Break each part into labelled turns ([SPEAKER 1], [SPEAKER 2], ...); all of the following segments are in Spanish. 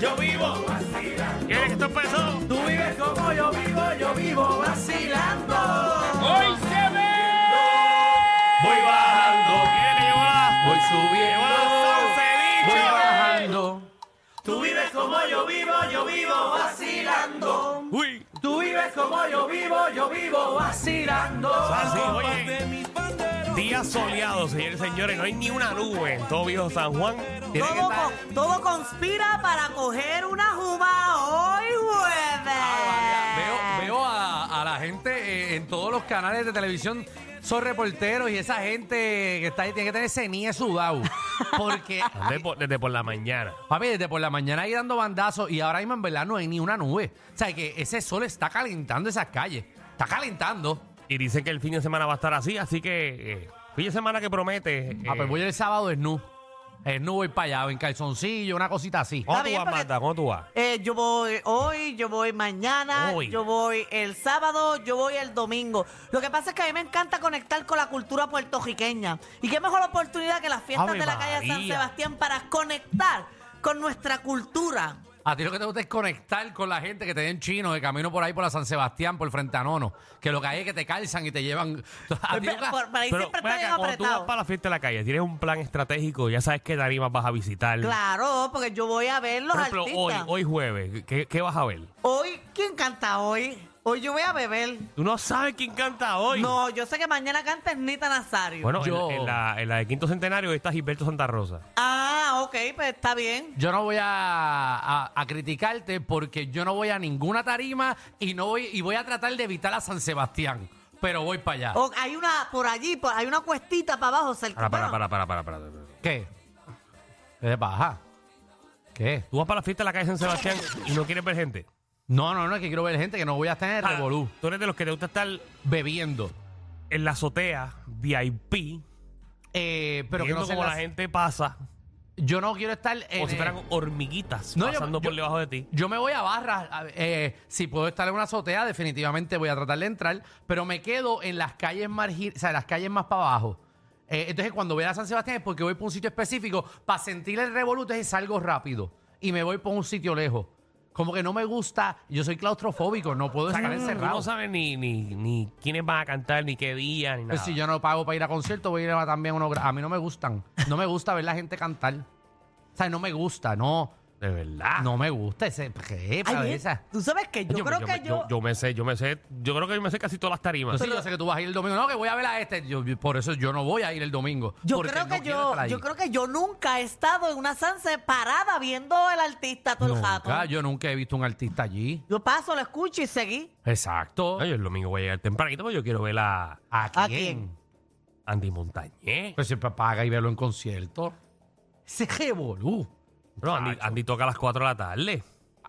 [SPEAKER 1] yo vivo vacilando.
[SPEAKER 2] ¿Quieres que esto empezó?
[SPEAKER 1] Tú vives como yo vivo, yo vivo vacilando.
[SPEAKER 3] ¡Hoy se ve!
[SPEAKER 1] Voy bajando,
[SPEAKER 2] ¿Quieres que yo la...
[SPEAKER 1] voy
[SPEAKER 2] Llegó la
[SPEAKER 1] voy
[SPEAKER 2] salsedicha.
[SPEAKER 1] bajando. Tú vives como yo vivo, yo vivo vacilando.
[SPEAKER 2] Uy.
[SPEAKER 1] Tú vives como yo vivo, yo vivo vacilando.
[SPEAKER 2] Así, oye. Día soleado, señores y señores. No hay ni una nube en todo viejo San Juan. Tiene que
[SPEAKER 4] Todo,
[SPEAKER 2] estar...
[SPEAKER 4] co- todo conspira para coger una juba hoy
[SPEAKER 2] Ah,
[SPEAKER 3] Veo,
[SPEAKER 4] jueves.
[SPEAKER 3] veo a, a la gente eh, en todos los canales de televisión, son reporteros y esa gente que está ahí tiene que tener semilla sudado. Porque,
[SPEAKER 2] Desde por, desde por la mañana.
[SPEAKER 3] papi, desde por la mañana ahí dando bandazos y ahora mismo en verdad no hay ni una nube. O sea, que ese sol está calentando esas calles. Está calentando.
[SPEAKER 2] Y dicen que el fin de semana va a estar así, así que... eh, fin de semana que promete...
[SPEAKER 3] Ah, pues
[SPEAKER 2] eh,
[SPEAKER 3] voy el sábado en nu. En nu voy para allá, o en calzoncillo, una cosita así.
[SPEAKER 2] ¿Cómo
[SPEAKER 4] Está
[SPEAKER 2] tú
[SPEAKER 4] bien,
[SPEAKER 2] vas,
[SPEAKER 4] porque-
[SPEAKER 2] Marta? ¿Cómo tú vas?
[SPEAKER 4] Eh, yo voy hoy, yo voy mañana,
[SPEAKER 2] Hoy.
[SPEAKER 4] yo voy el sábado, yo voy el domingo. Lo que pasa es que a mí me encanta conectar con la cultura puertorriqueña. Y qué mejor oportunidad que las fiestas
[SPEAKER 2] Ave
[SPEAKER 4] de la calle San
[SPEAKER 2] María.
[SPEAKER 4] Sebastián para conectar con nuestra cultura.
[SPEAKER 3] A ti lo que te gusta es conectar con la gente que te den chino de camino por ahí por la San Sebastián, por frente a Nono. Que lo que hay es que te calzan y te llevan.
[SPEAKER 2] Ah,
[SPEAKER 3] A ti lo que-
[SPEAKER 4] Por- por ahí siempre
[SPEAKER 2] ven
[SPEAKER 4] está bien
[SPEAKER 2] acá, cuando tú vas
[SPEAKER 4] apretado.
[SPEAKER 2] para la fiesta de la calle, tienes un plan estratégico, ya sabes qué tarimas vas a visitar.
[SPEAKER 4] Claro, porque yo voy a ver los
[SPEAKER 2] Por ejemplo, hoy,
[SPEAKER 4] artistas.
[SPEAKER 2] hoy jueves, ¿qué, qué vas a ver?
[SPEAKER 4] hoy, ¿quién canta hoy? Hoy yo voy a beber.
[SPEAKER 2] Tú no sabes quién canta hoy.
[SPEAKER 4] No, yo sé que mañana canta Nita Nazario.
[SPEAKER 2] Bueno, en-
[SPEAKER 3] Yo-
[SPEAKER 2] en, la, en la de Quinto Centenario hoy está Gilberto Santa Rosa.
[SPEAKER 4] Ah, ok, pues está bien.
[SPEAKER 3] Yo no voy a, a- a criticarte porque yo no voy a ninguna tarima y no voy y voy a tratar de evitar a San Sebastián. Pero voy para allá.
[SPEAKER 4] O- hay una por allí, por- hay una cuestita para abajo cerca.
[SPEAKER 2] Para, para,
[SPEAKER 4] bueno,
[SPEAKER 2] para, para, para, para, para.
[SPEAKER 3] ¿Qué? ¿Qué baja? ¿Qué?
[SPEAKER 2] Tú vas para la fiesta de la calle San Sebastián y no quieres ver gente.
[SPEAKER 3] No, no, no, es que quiero ver gente que no voy a estar en el
[SPEAKER 2] Ah,
[SPEAKER 3] revolú
[SPEAKER 2] Tú eres de los que te gusta estar
[SPEAKER 3] bebiendo.
[SPEAKER 2] en la azotea VIP,
[SPEAKER 3] Eh, pero
[SPEAKER 2] pero
[SPEAKER 3] que
[SPEAKER 2] viendo
[SPEAKER 3] no sé
[SPEAKER 2] cómo la
[SPEAKER 3] las-
[SPEAKER 2] gente pasa,
[SPEAKER 3] Yo no quiero estar en.
[SPEAKER 2] como si
[SPEAKER 3] eh,
[SPEAKER 2] fueran hormiguitas
[SPEAKER 3] No, yo-
[SPEAKER 2] pasando
[SPEAKER 3] yo-
[SPEAKER 2] por debajo de ti.
[SPEAKER 3] Yo me voy a barras. a- eh, si puedo estar en una azotea, definitivamente voy a tratar de entrar, pero me quedo en las calles margin- o sea, en las calles más para abajo. Eh, entonces, cuando voy a San Sebastián es porque voy por un sitio específico para sentir el revoluto y salgo rápido y me voy por un sitio lejos. Como que no me gusta, yo soy claustrofóbico, no puedo
[SPEAKER 2] O sea,
[SPEAKER 3] estar
[SPEAKER 2] que tú no
[SPEAKER 3] encerrado.
[SPEAKER 2] sabes ni, ni, ni quiénes van a cantar, ni qué día, ni nada.
[SPEAKER 3] Pues si yo no pago para ir a conciertos, voy a ir a también a uno. gra- A mí no me gustan. No me gusta ver la gente cantar. O sea, no me gusta, no.
[SPEAKER 2] De verdad.
[SPEAKER 3] No me gusta ese. pues, ¿Qué?
[SPEAKER 4] Ay, eh,
[SPEAKER 3] Para
[SPEAKER 4] bien.
[SPEAKER 3] esa- pues
[SPEAKER 4] Tú sabes que yo,
[SPEAKER 2] Yo-
[SPEAKER 4] creo
[SPEAKER 2] yo
[SPEAKER 4] que
[SPEAKER 2] me-
[SPEAKER 4] yo,
[SPEAKER 2] yo me sé, yo me sé. Yo creo que yo me sé casi todas las
[SPEAKER 3] Yo
[SPEAKER 2] tarimas.
[SPEAKER 3] sí, yo sé que tú vas a ir el domingo. No, que voy a ver a este. Yo- yo- por eso yo no voy a ir el domingo.
[SPEAKER 4] yo
[SPEAKER 3] porque
[SPEAKER 4] creo
[SPEAKER 3] no
[SPEAKER 4] que
[SPEAKER 3] quiero estar
[SPEAKER 4] yo,
[SPEAKER 3] ahí.
[SPEAKER 4] yo creo que yo nunca he estado en una sanse parada viendo el artista todo el rato.
[SPEAKER 3] Nunca, yo nunca he visto un artista allí.
[SPEAKER 4] Yo paso, lo escucho y seguí.
[SPEAKER 3] Exacto.
[SPEAKER 2] Ay, yo el domingo voy a llegar tempranito porque yo quiero ver a
[SPEAKER 3] ¿A
[SPEAKER 4] ¿A
[SPEAKER 3] quién?
[SPEAKER 4] quién?
[SPEAKER 2] Andy Montañez.
[SPEAKER 3] Pues siempre paga y verlo en concierto. Ese revolú.
[SPEAKER 2] Bueno, Andy, Andy toca a las 4 de la tarde.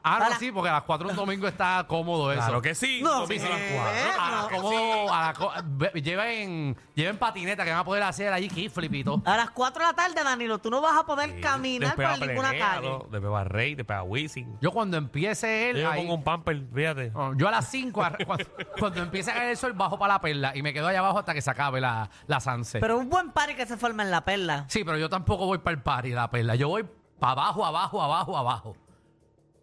[SPEAKER 3] Ah,
[SPEAKER 4] A
[SPEAKER 3] no,
[SPEAKER 4] la-
[SPEAKER 3] sí, porque a las 4 un domingo está cómodo eso.
[SPEAKER 2] Claro que sí.
[SPEAKER 4] Pues No,
[SPEAKER 2] domingo a las
[SPEAKER 4] sí,
[SPEAKER 2] cuatro. Ah,
[SPEAKER 4] ¿eh?
[SPEAKER 3] A la
[SPEAKER 4] no.
[SPEAKER 3] cómodo, a la co- ve- lleven, lleven patineta que van a poder hacer allí kickflip y todo.
[SPEAKER 4] A las 4 de la tarde, Danilo, tú no vas a poder caminar
[SPEAKER 2] Después
[SPEAKER 4] por
[SPEAKER 2] va
[SPEAKER 4] ninguna
[SPEAKER 2] Penedo,
[SPEAKER 4] calle.
[SPEAKER 2] Después va Rey, después va Wisin.
[SPEAKER 3] Yo cuando empiece
[SPEAKER 2] Yo
[SPEAKER 3] él,
[SPEAKER 2] le
[SPEAKER 3] ahí-
[SPEAKER 2] pongo un pamper, fíjate.
[SPEAKER 4] Ah,
[SPEAKER 3] Oh, Yo a las 5, cuando, cuando empieza a caer el sol, bajo para la perla y me quedo allá abajo hasta que se acabe la, la sunset.
[SPEAKER 4] Pero un buen party que se forma en la perla.
[SPEAKER 3] Sí, pero yo tampoco voy para el party de la perla. Yo voy para abajo, abajo, abajo, abajo.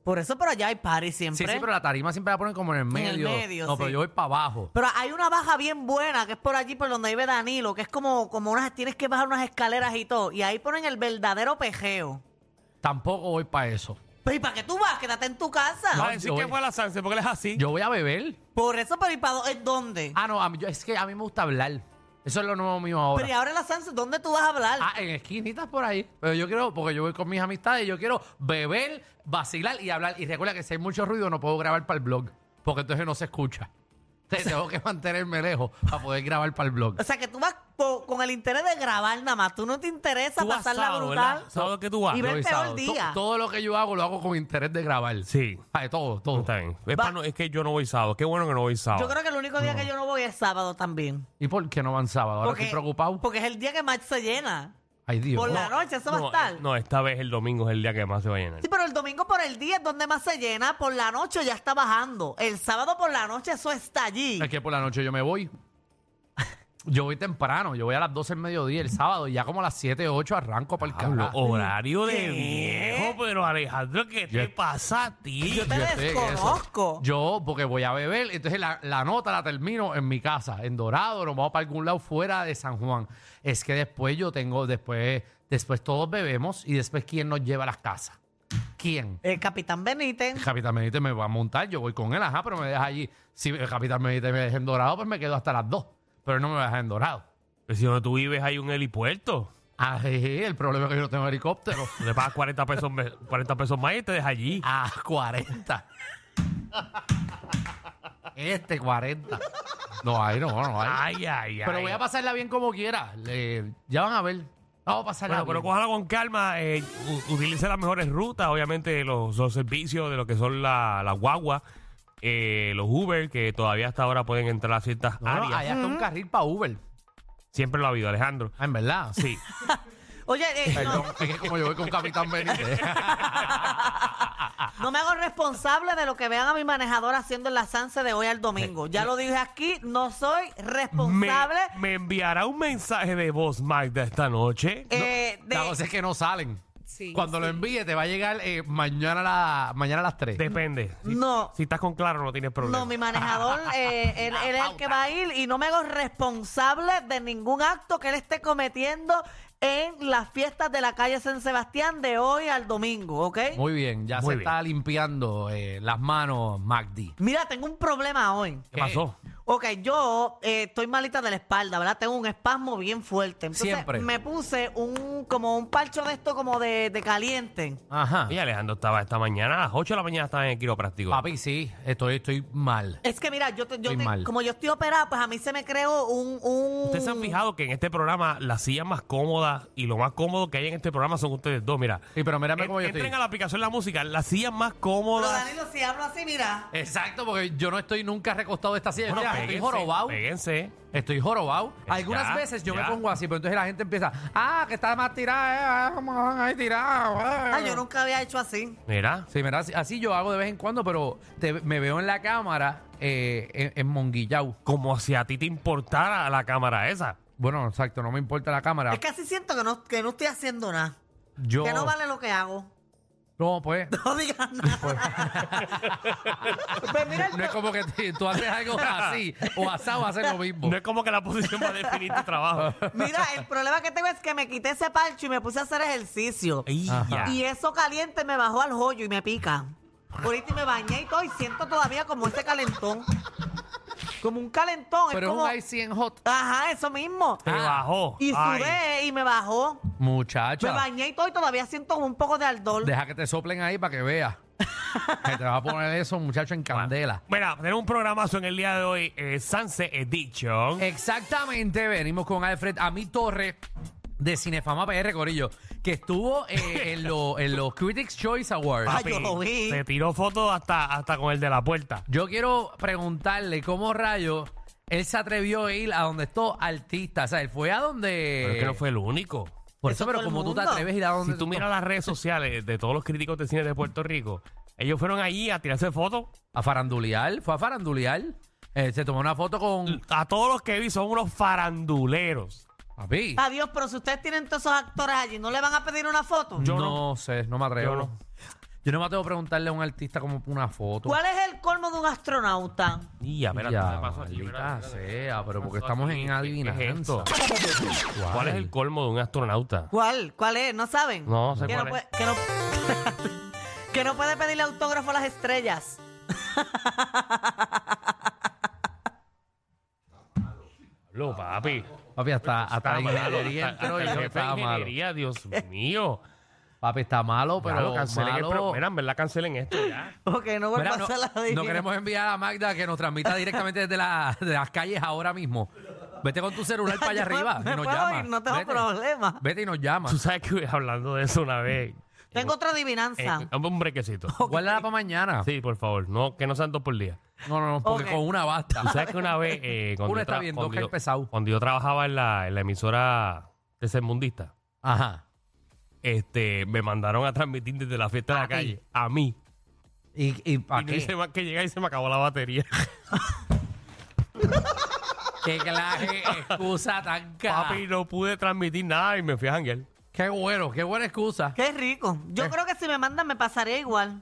[SPEAKER 4] Por eso por allá hay party
[SPEAKER 3] Sí,
[SPEAKER 4] siempre.
[SPEAKER 3] sí, pero la tarima siempre la ponen como en el
[SPEAKER 4] En
[SPEAKER 3] medio.
[SPEAKER 4] el medio,
[SPEAKER 3] no,
[SPEAKER 4] sí.
[SPEAKER 3] pero yo voy para abajo.
[SPEAKER 4] Pero hay una baja bien buena que es por allí por donde vive Danilo, que es como, como unas, tienes que bajar unas escaleras y todo. Y ahí ponen el verdadero pejeo.
[SPEAKER 3] Tampoco voy para eso.
[SPEAKER 4] Pero ¿y para qué tú vas? Quédate en tu casa.
[SPEAKER 2] Va
[SPEAKER 3] No.
[SPEAKER 2] a decir
[SPEAKER 3] yo
[SPEAKER 2] que
[SPEAKER 3] voy-
[SPEAKER 2] fue a la Sanse porque él es así.
[SPEAKER 3] Yo voy a beber.
[SPEAKER 4] Por eso, pero ¿y para dó- eh, dónde?
[SPEAKER 3] Ah, no, a mí- yo- es que a mí me gusta hablar. Eso es lo nuevo mío
[SPEAKER 4] Pero y
[SPEAKER 3] ahora.
[SPEAKER 4] ahora en la Sanse, ¿dónde tú vas a hablar?
[SPEAKER 3] Ah, en esquinitas por ahí. Pero yo quiero, porque yo voy con mis amistades, yo quiero beber, vacilar y hablar. Y recuerda que si hay mucho ruido no puedo grabar para el blog, porque entonces no se escucha. Entonces tengo que mantenerme lejos para poder grabar para el blog.
[SPEAKER 4] O sea, que tú vas po- con el interés de grabar nada más. Tú no te interesa
[SPEAKER 2] Tú vas
[SPEAKER 4] pasarla
[SPEAKER 2] sábado,
[SPEAKER 4] brutal.
[SPEAKER 2] ¿verdad? Sábado que tú vas.
[SPEAKER 4] Y ver
[SPEAKER 3] Yo
[SPEAKER 4] el
[SPEAKER 3] voy sábado.
[SPEAKER 4] peor
[SPEAKER 3] To-
[SPEAKER 4] día.
[SPEAKER 3] todo lo que yo hago lo hago con interés de grabar.
[SPEAKER 2] Sí.
[SPEAKER 3] Ah, de todo, todo.
[SPEAKER 2] Está bien. Es, pa' no- es que yo no voy sábado. Qué bueno que no voy sábado.
[SPEAKER 4] Yo creo que el único día que yo no voy es sábado también.
[SPEAKER 3] ¿Y por qué no van sábado? Ahora estoy preocupado.
[SPEAKER 4] porque es el día que más se llena.
[SPEAKER 3] Ay, Dios.
[SPEAKER 4] por la noche, eso va a
[SPEAKER 2] no,
[SPEAKER 4] estar.
[SPEAKER 2] eh, no, esta vez el domingo es el día que más se va a llenar.
[SPEAKER 4] Sí, pero el domingo por el día es donde más se llena, por la noche ya está bajando. El sábado por la noche eso está allí.
[SPEAKER 3] Es que por la noche yo me voy. Yo voy temprano, yo voy a las 12 del mediodía el sábado y ya como a las 7, 8 arranco para el
[SPEAKER 2] Hablo,
[SPEAKER 3] carajo.
[SPEAKER 2] horario de
[SPEAKER 4] ¿Qué?
[SPEAKER 2] viejo, pero Alejandro, ¿qué te
[SPEAKER 3] Yo-
[SPEAKER 2] pasa a ti?
[SPEAKER 4] Yo te
[SPEAKER 3] Yo estoy en eso.
[SPEAKER 4] desconozco.
[SPEAKER 3] Yo, porque voy a beber, entonces la, la nota la termino en mi casa, en Dorado, nos vamos para algún lado fuera de San Juan. Es que después yo tengo, después, después todos bebemos y después ¿quién nos lleva a las casas? ¿Quién?
[SPEAKER 4] El capitán Benítez.
[SPEAKER 3] El Capitán Benítez me va a montar, yo voy con él, ajá, pero me deja allí. Si el Capitán Benítez me deja en Dorado, pues me quedo hasta las 2, pero él no me va a dejar en Dorado.
[SPEAKER 2] Pero Si donde tú vives hay un helipuerto.
[SPEAKER 3] Ah, jeje, el problema es que yo no tengo helicóptero.
[SPEAKER 2] Tú te pagas 40 pesos, me- 40 pesos más y te dejas allí.
[SPEAKER 3] Ah, 40. Este 40. No, ahí no, no, ahí.
[SPEAKER 2] Ay, ay, ay.
[SPEAKER 3] Pero voy a pasarla bien como quiera. Le- ya van a ver. Vamos a pasarla
[SPEAKER 2] Bueno, pero
[SPEAKER 3] bien.
[SPEAKER 2] cójala con calma, eh, u- utilice las mejores rutas, obviamente los, los servicios de lo que son la- las guaguas, eh, los Uber, que todavía hasta ahora pueden entrar a ciertas
[SPEAKER 3] No, no,
[SPEAKER 2] áreas.
[SPEAKER 3] allá está un carril para Uber.
[SPEAKER 2] Siempre lo ha habido, Alejandro.
[SPEAKER 3] Ah, en verdad.
[SPEAKER 2] Sí.
[SPEAKER 4] Oye, eh,
[SPEAKER 3] Perdón,
[SPEAKER 4] no,
[SPEAKER 3] es que como yo voy con Capitán Benítez.
[SPEAKER 4] no me hago responsable de lo que vean a mi manejador haciendo en la Sanse de hoy al domingo. Ya lo dije aquí, no soy
[SPEAKER 2] me,
[SPEAKER 4] responsable
[SPEAKER 2] me enviará un mensaje de voz, Magda, esta noche.
[SPEAKER 4] eh, de...
[SPEAKER 3] La cosa es que no salen.
[SPEAKER 4] Sí,
[SPEAKER 3] Cuando lo envíe te va a llegar eh, mañana, a la, mañana a las 3.
[SPEAKER 2] Depende. Si,
[SPEAKER 4] No.
[SPEAKER 2] si estás con claro, no tienes problema.
[SPEAKER 4] No, mi manejador, eh, él, él es el que va a ir y no me hago responsable de ningún acto que él esté cometiendo en las fiestas de la calle San Sebastián de hoy al domingo, ¿ok?
[SPEAKER 3] Muy bien, ya
[SPEAKER 2] Muy
[SPEAKER 3] se
[SPEAKER 2] bien.
[SPEAKER 3] está limpiando eh, las manos Magdi.
[SPEAKER 4] Mira, tengo un problema hoy.
[SPEAKER 2] ¿Qué pasó?
[SPEAKER 4] Ok, yo eh, estoy malita de la espalda, ¿verdad? Tengo un espasmo bien fuerte. Entonces
[SPEAKER 3] Siempre.
[SPEAKER 4] me puse un como un parcho de esto como de, de caliente.
[SPEAKER 3] Ajá.
[SPEAKER 2] Y Ah. Alejandro estaba esta mañana, a las 8 de la mañana estaba en el quiropráctico.
[SPEAKER 3] Papi, sí, estoy, estoy mal.
[SPEAKER 4] Es que mira, yo, te- yo
[SPEAKER 3] Estoy
[SPEAKER 4] te-
[SPEAKER 3] mal.
[SPEAKER 4] como yo estoy operada, pues a mí se me creó un... un...
[SPEAKER 2] Ustedes se han fijado que en este programa las sillas más cómodas y lo más cómodo que hay en este programa son ustedes dos. Mira,
[SPEAKER 3] Sí, pero mírame cómo
[SPEAKER 2] En-
[SPEAKER 3] yo
[SPEAKER 2] entren
[SPEAKER 3] estoy.
[SPEAKER 2] a la aplicación La Música, las sillas más
[SPEAKER 4] Pero
[SPEAKER 2] cómodas.
[SPEAKER 4] Danilo, si hablo así, mira.
[SPEAKER 3] Exacto, porque yo no estoy nunca recostado de esta silla.
[SPEAKER 2] Bueno,
[SPEAKER 3] Mira, estoy jorobado.
[SPEAKER 2] péguense.
[SPEAKER 3] Estoy jorobado.
[SPEAKER 2] Ya,
[SPEAKER 3] Algunas veces yo
[SPEAKER 2] ya.
[SPEAKER 3] me pongo así, pero entonces la gente empieza, ah, que está más tirada, eh, vamos ahí eh". tirada.
[SPEAKER 4] Ah, yo nunca había hecho así.
[SPEAKER 2] Mira,
[SPEAKER 3] Sí, mira, así, así yo hago de vez en cuando, pero te- me veo en la cámara eh, en, en Monguillau.
[SPEAKER 2] como si a ti te importara la cámara esa.
[SPEAKER 3] Bueno, exacto, no me importa la cámara.
[SPEAKER 4] Es que así siento que no, que no estoy haciendo nada.
[SPEAKER 3] yo,
[SPEAKER 4] Que no vale lo que hago.
[SPEAKER 3] No, pues.
[SPEAKER 4] No digas nada. pues mira, el
[SPEAKER 3] No es
[SPEAKER 4] pro-
[SPEAKER 3] como que te- tú haces algo así o asado haces lo mismo.
[SPEAKER 2] No es como que la posición va a definir tu trabajo.
[SPEAKER 4] mira, el problema que tengo es que me quité ese parcho y me puse a hacer ejercicio.
[SPEAKER 2] Ey,
[SPEAKER 3] Ajá.
[SPEAKER 2] ya.
[SPEAKER 4] Y eso caliente me bajó al joyo y me pica. Ahorita me bañé y todo y siento todavía como este calentón. Como un calentón.
[SPEAKER 3] pero es
[SPEAKER 4] es como...
[SPEAKER 3] un IC en hot.
[SPEAKER 4] Ajá, eso mismo.
[SPEAKER 2] Te bajó.
[SPEAKER 4] ah, Y
[SPEAKER 2] Ay.
[SPEAKER 4] sudé y me bajó. Me
[SPEAKER 3] Muchacha.
[SPEAKER 4] bañé y todo y todavía siento un poco de ardor.
[SPEAKER 3] Deja que te soplen ahí para que veas. que te va a poner eso, muchacho, en candela.
[SPEAKER 2] Mira, tenemos un programazo en el día de hoy, eh, Sunset Edition.
[SPEAKER 3] Exactamente, venimos con Alfred Ami Torres de Cinefama PR, Corillo, que estuvo eh, en, lo- en los Critics Choice Awards.
[SPEAKER 4] Ay, yo lo vi.
[SPEAKER 2] Se tiró fotos hasta, hasta con el de la puerta.
[SPEAKER 3] Yo quiero preguntarle cómo rayo él se atrevió a ir a donde estos artistas. O sea, él fue a donde.
[SPEAKER 2] Pero es que no fue el único.
[SPEAKER 3] Por
[SPEAKER 4] Eso
[SPEAKER 3] eso, pero
[SPEAKER 4] todo el
[SPEAKER 3] como Eh. tú te
[SPEAKER 4] mundo.
[SPEAKER 3] atreves a ir a donde.
[SPEAKER 2] Si tú miras las redes sociales de todos los críticos de cine de Puerto Rico, ellos fueron allí a tirarse fotos.
[SPEAKER 3] A farandulear, fue a farandulear. Eh, se tomó una foto con.
[SPEAKER 2] A todos los que vi son unos faranduleros.
[SPEAKER 3] Papi.
[SPEAKER 4] Adiós, pero si ustedes tienen todos esos actores allí, ¿no le van a pedir una foto?
[SPEAKER 2] yo
[SPEAKER 3] no, sé, no me atrevo.
[SPEAKER 2] Yo
[SPEAKER 3] Yo
[SPEAKER 2] no.
[SPEAKER 3] no. me atrevo a preguntarle a un artista como una foto.
[SPEAKER 4] ¿Cuál es el colmo de un astronauta?
[SPEAKER 2] Y ya, espérate,
[SPEAKER 3] Ya,
[SPEAKER 2] ¿qué pasó aquí?
[SPEAKER 3] maldita
[SPEAKER 2] Espérate,
[SPEAKER 3] sea, pero
[SPEAKER 2] ¿qué
[SPEAKER 3] porque
[SPEAKER 2] pasó
[SPEAKER 3] estamos
[SPEAKER 2] aquí?
[SPEAKER 3] en
[SPEAKER 2] ¿Qué-
[SPEAKER 3] adivinanza.
[SPEAKER 2] qué es esto? ¿Cuál es el colmo de un astronauta?
[SPEAKER 4] ¿Cuál? ¿Cuál es? ¿No saben?
[SPEAKER 2] No, sé
[SPEAKER 4] que no,
[SPEAKER 2] cuál es.
[SPEAKER 4] puede, que, no, que no puede pedirle autógrafo a las estrellas.
[SPEAKER 2] Lo, papi.
[SPEAKER 3] Papi, hasta, hasta
[SPEAKER 2] Está
[SPEAKER 3] la
[SPEAKER 2] malo,
[SPEAKER 3] ingeniería
[SPEAKER 2] hasta-
[SPEAKER 3] entró y
[SPEAKER 2] hasta el
[SPEAKER 3] yo
[SPEAKER 2] jefe de
[SPEAKER 3] estaba malo.
[SPEAKER 2] ingeniería, Dios mío.
[SPEAKER 3] Papi, está malo, pero
[SPEAKER 2] Ya lo cancelen el pro-
[SPEAKER 3] malo.
[SPEAKER 2] Mira, en verdad cancelen esto ya.
[SPEAKER 4] Ok, no vuelva
[SPEAKER 3] Mira,
[SPEAKER 4] a hacer la
[SPEAKER 3] no, no
[SPEAKER 4] adivina.
[SPEAKER 3] queremos enviar a Magda que nos transmita directamente desde la- de las calles ahora mismo. Vete con tu celular para allá
[SPEAKER 4] Yo
[SPEAKER 3] arriba
[SPEAKER 4] me
[SPEAKER 3] y nos
[SPEAKER 4] puedo
[SPEAKER 3] llama.
[SPEAKER 4] ir, no tengo
[SPEAKER 3] Vete.
[SPEAKER 4] problema.
[SPEAKER 3] Vete y nos llama.
[SPEAKER 2] Tú sabes que hablando de eso una vez.
[SPEAKER 4] Tengo otra
[SPEAKER 2] Eh,
[SPEAKER 4] adivinanza.
[SPEAKER 2] dame un brequecito.
[SPEAKER 3] Guárdala para mañana.
[SPEAKER 2] Sí, por favor. No, que no sean dos por día.
[SPEAKER 3] No, no, no, porque
[SPEAKER 4] Ok.
[SPEAKER 3] con una basta.
[SPEAKER 2] Tú sabes que una vez. eh, cuando
[SPEAKER 3] Una
[SPEAKER 2] yo
[SPEAKER 3] está
[SPEAKER 2] tra-
[SPEAKER 3] bien, dos
[SPEAKER 2] cuando
[SPEAKER 3] que es
[SPEAKER 2] yo-
[SPEAKER 3] pesado.
[SPEAKER 2] Cuando yo trabajaba en la, en la emisora tercermundista,
[SPEAKER 3] Ajá.
[SPEAKER 2] este, me mandaron a transmitir desde la fiesta de
[SPEAKER 3] ¿A
[SPEAKER 2] la
[SPEAKER 3] ti?
[SPEAKER 2] calle. A mí.
[SPEAKER 3] ¿Y, y para
[SPEAKER 2] y no
[SPEAKER 3] qué?
[SPEAKER 2] hice más que llegar y se me acabó la batería.
[SPEAKER 3] Qué clase excusa tan cara.
[SPEAKER 2] Papi, no pude transmitir nada y me fui a janguear.
[SPEAKER 3] Qué bueno, qué buena excusa.
[SPEAKER 4] Qué rico. Yo
[SPEAKER 3] Eh.
[SPEAKER 4] creo que si me mandan me pasaría igual.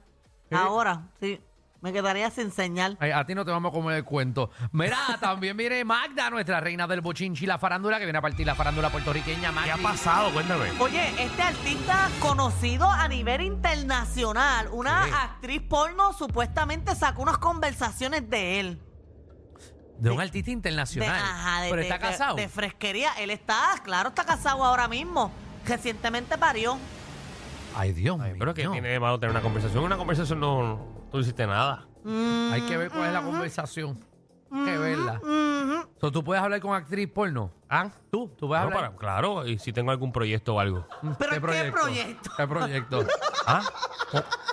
[SPEAKER 4] Ahora, sí. Me quedaría sin señal.
[SPEAKER 3] Ay, a ti no te vamos a comer el cuento. Mira, también viene Magda, nuestra reina del bochinchi y la farándula, que viene a partir la farándula puertorriqueña.
[SPEAKER 2] ¿Qué
[SPEAKER 3] Magda.
[SPEAKER 2] ha pasado? Cuéntame.
[SPEAKER 4] Oye, este artista conocido a nivel internacional, una
[SPEAKER 3] Sí.
[SPEAKER 4] actriz porno supuestamente sacó unas conversaciones de él.
[SPEAKER 3] De un artista
[SPEAKER 4] De,
[SPEAKER 3] internacional.
[SPEAKER 4] ajá, de,
[SPEAKER 3] Pero
[SPEAKER 4] de-
[SPEAKER 3] está
[SPEAKER 4] de-
[SPEAKER 3] casado.
[SPEAKER 4] de fresquería. Él está, claro, está casado ahora mismo. Recientemente parió.
[SPEAKER 3] Ay, Dios mío.
[SPEAKER 2] Pero que tiene de malo tener una conversación. Una conversación no, no- tú no hiciste nada.
[SPEAKER 4] Mm,
[SPEAKER 3] Hay que ver cuál es la conversación. Hay que verla.
[SPEAKER 4] ujú.
[SPEAKER 3] So, ¿Tú puedes hablar con actriz porno? ¿Ah? ¿Tú? ¿Tú puedes
[SPEAKER 2] No,
[SPEAKER 3] hablar?
[SPEAKER 2] para- claro, y si tengo algún proyecto o algo.
[SPEAKER 4] ¿Pero qué proyecto?
[SPEAKER 3] ¿Qué proyecto?
[SPEAKER 2] ¿Ah?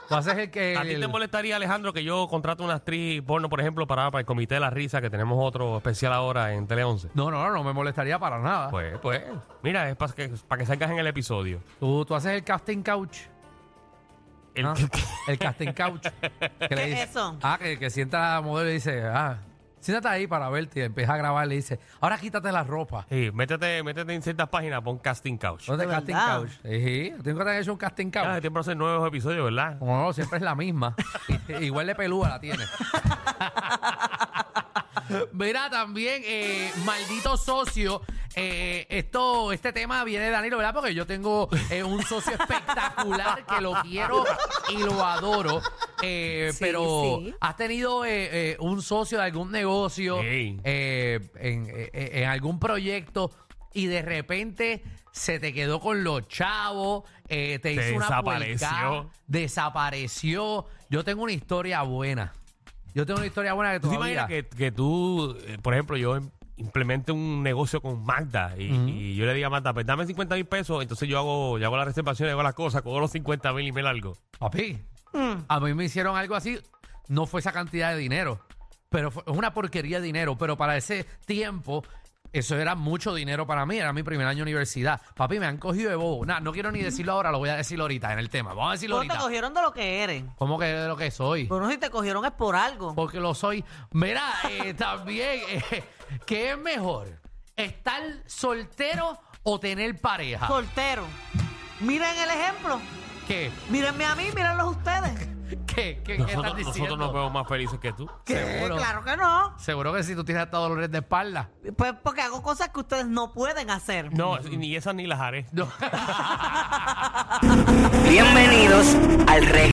[SPEAKER 3] Tú haces el que...
[SPEAKER 2] ¿A ti te
[SPEAKER 3] el-
[SPEAKER 2] molestaría, Alejandro, que yo contrate una actriz porno, por ejemplo, para, para el Comité de la Risa, que tenemos otro especial ahora en Tele 11?
[SPEAKER 3] No, no, no, no me molestaría para nada.
[SPEAKER 2] Pues, pues, mira, es para que, para que salgas en el episodio.
[SPEAKER 3] Tú, tú haces el casting couch.
[SPEAKER 2] El-
[SPEAKER 3] ¿ah? El casting couch. ¿Qué
[SPEAKER 4] ¿Qué es eso?
[SPEAKER 3] Ah, que, que sienta la modelo y dice, ah, siéntate ahí para verte. Y empieza a grabar y le dice, ahora quítate la ropa.
[SPEAKER 2] Sí, métete, métete en ciertas páginas, pon Casting Couch.
[SPEAKER 3] ¿Dónde
[SPEAKER 4] ¿De
[SPEAKER 3] casting
[SPEAKER 4] verdad?
[SPEAKER 3] couch? Sí, tengo que haber hecho un casting couch.
[SPEAKER 2] Ya, de tiempo hacer nuevos episodios, ¿verdad?
[SPEAKER 3] No, no, siempre es la misma. Igual de pelúa la tiene. Mira, también, eh, maldito socio. eh, esto, este tema viene de Danilo, ¿verdad? Porque yo tengo eh, un socio espectacular que lo quiero y lo adoro. eh,
[SPEAKER 5] Sí,
[SPEAKER 3] pero
[SPEAKER 5] sí.
[SPEAKER 3] has tenido eh, eh, un socio de algún negocio,
[SPEAKER 2] Sí.
[SPEAKER 3] eh, en, eh, en algún proyecto, y de repente se te quedó con los chavos, eh, te hizo una
[SPEAKER 2] Desapareció.
[SPEAKER 3] puercada, desapareció. Yo tengo una historia buena. Yo tengo una historia buena que
[SPEAKER 2] ¿Tú te
[SPEAKER 3] todavía...
[SPEAKER 2] imaginas que, que tú, eh, por ejemplo, yo em- implemente un negocio con Magda y, y yo le diga a Magda, pues dame 50 mil pesos, entonces yo hago, yo hago la reservación, yo hago las cosas, cobro los 50 mil y me largo.
[SPEAKER 3] Papi, a mí me hicieron algo así. No fue esa cantidad de dinero. Pero fue es una porquería de dinero. Pero para ese tiempo, eso era mucho dinero para mí. Era mi primer año de universidad. Papi, me han cogido de bobo. Nah, no quiero ni decirlo ahora, lo voy a decir ahorita en el tema. Vamos a decirlo
[SPEAKER 4] Pero te
[SPEAKER 3] ahorita.
[SPEAKER 4] cogieron de lo que eres.
[SPEAKER 3] ¿Cómo que de lo que soy?
[SPEAKER 4] Bueno, si te cogieron es por algo.
[SPEAKER 3] Porque lo soy. Mira, eh, también, eh, ¿qué es mejor? ¿Estar soltero o tener pareja?
[SPEAKER 4] Soltero. Miren el ejemplo.
[SPEAKER 3] ¿Qué?
[SPEAKER 4] Mírenme a mí, mírenlos ustedes.
[SPEAKER 3] ¿Qué? ¿Qué, qué
[SPEAKER 2] Nosotros,
[SPEAKER 3] estás diciendo?
[SPEAKER 2] nosotros nos vemos más felices que tú.
[SPEAKER 4] ¿Qué?
[SPEAKER 3] Seguro.
[SPEAKER 4] Claro que no.
[SPEAKER 3] Seguro que si tú tienes hasta dolores de espalda.
[SPEAKER 4] Pues porque hago cosas que ustedes no pueden hacer.
[SPEAKER 2] No, ni esas ni las haré.
[SPEAKER 3] No.
[SPEAKER 5] Bienvenidos al rey.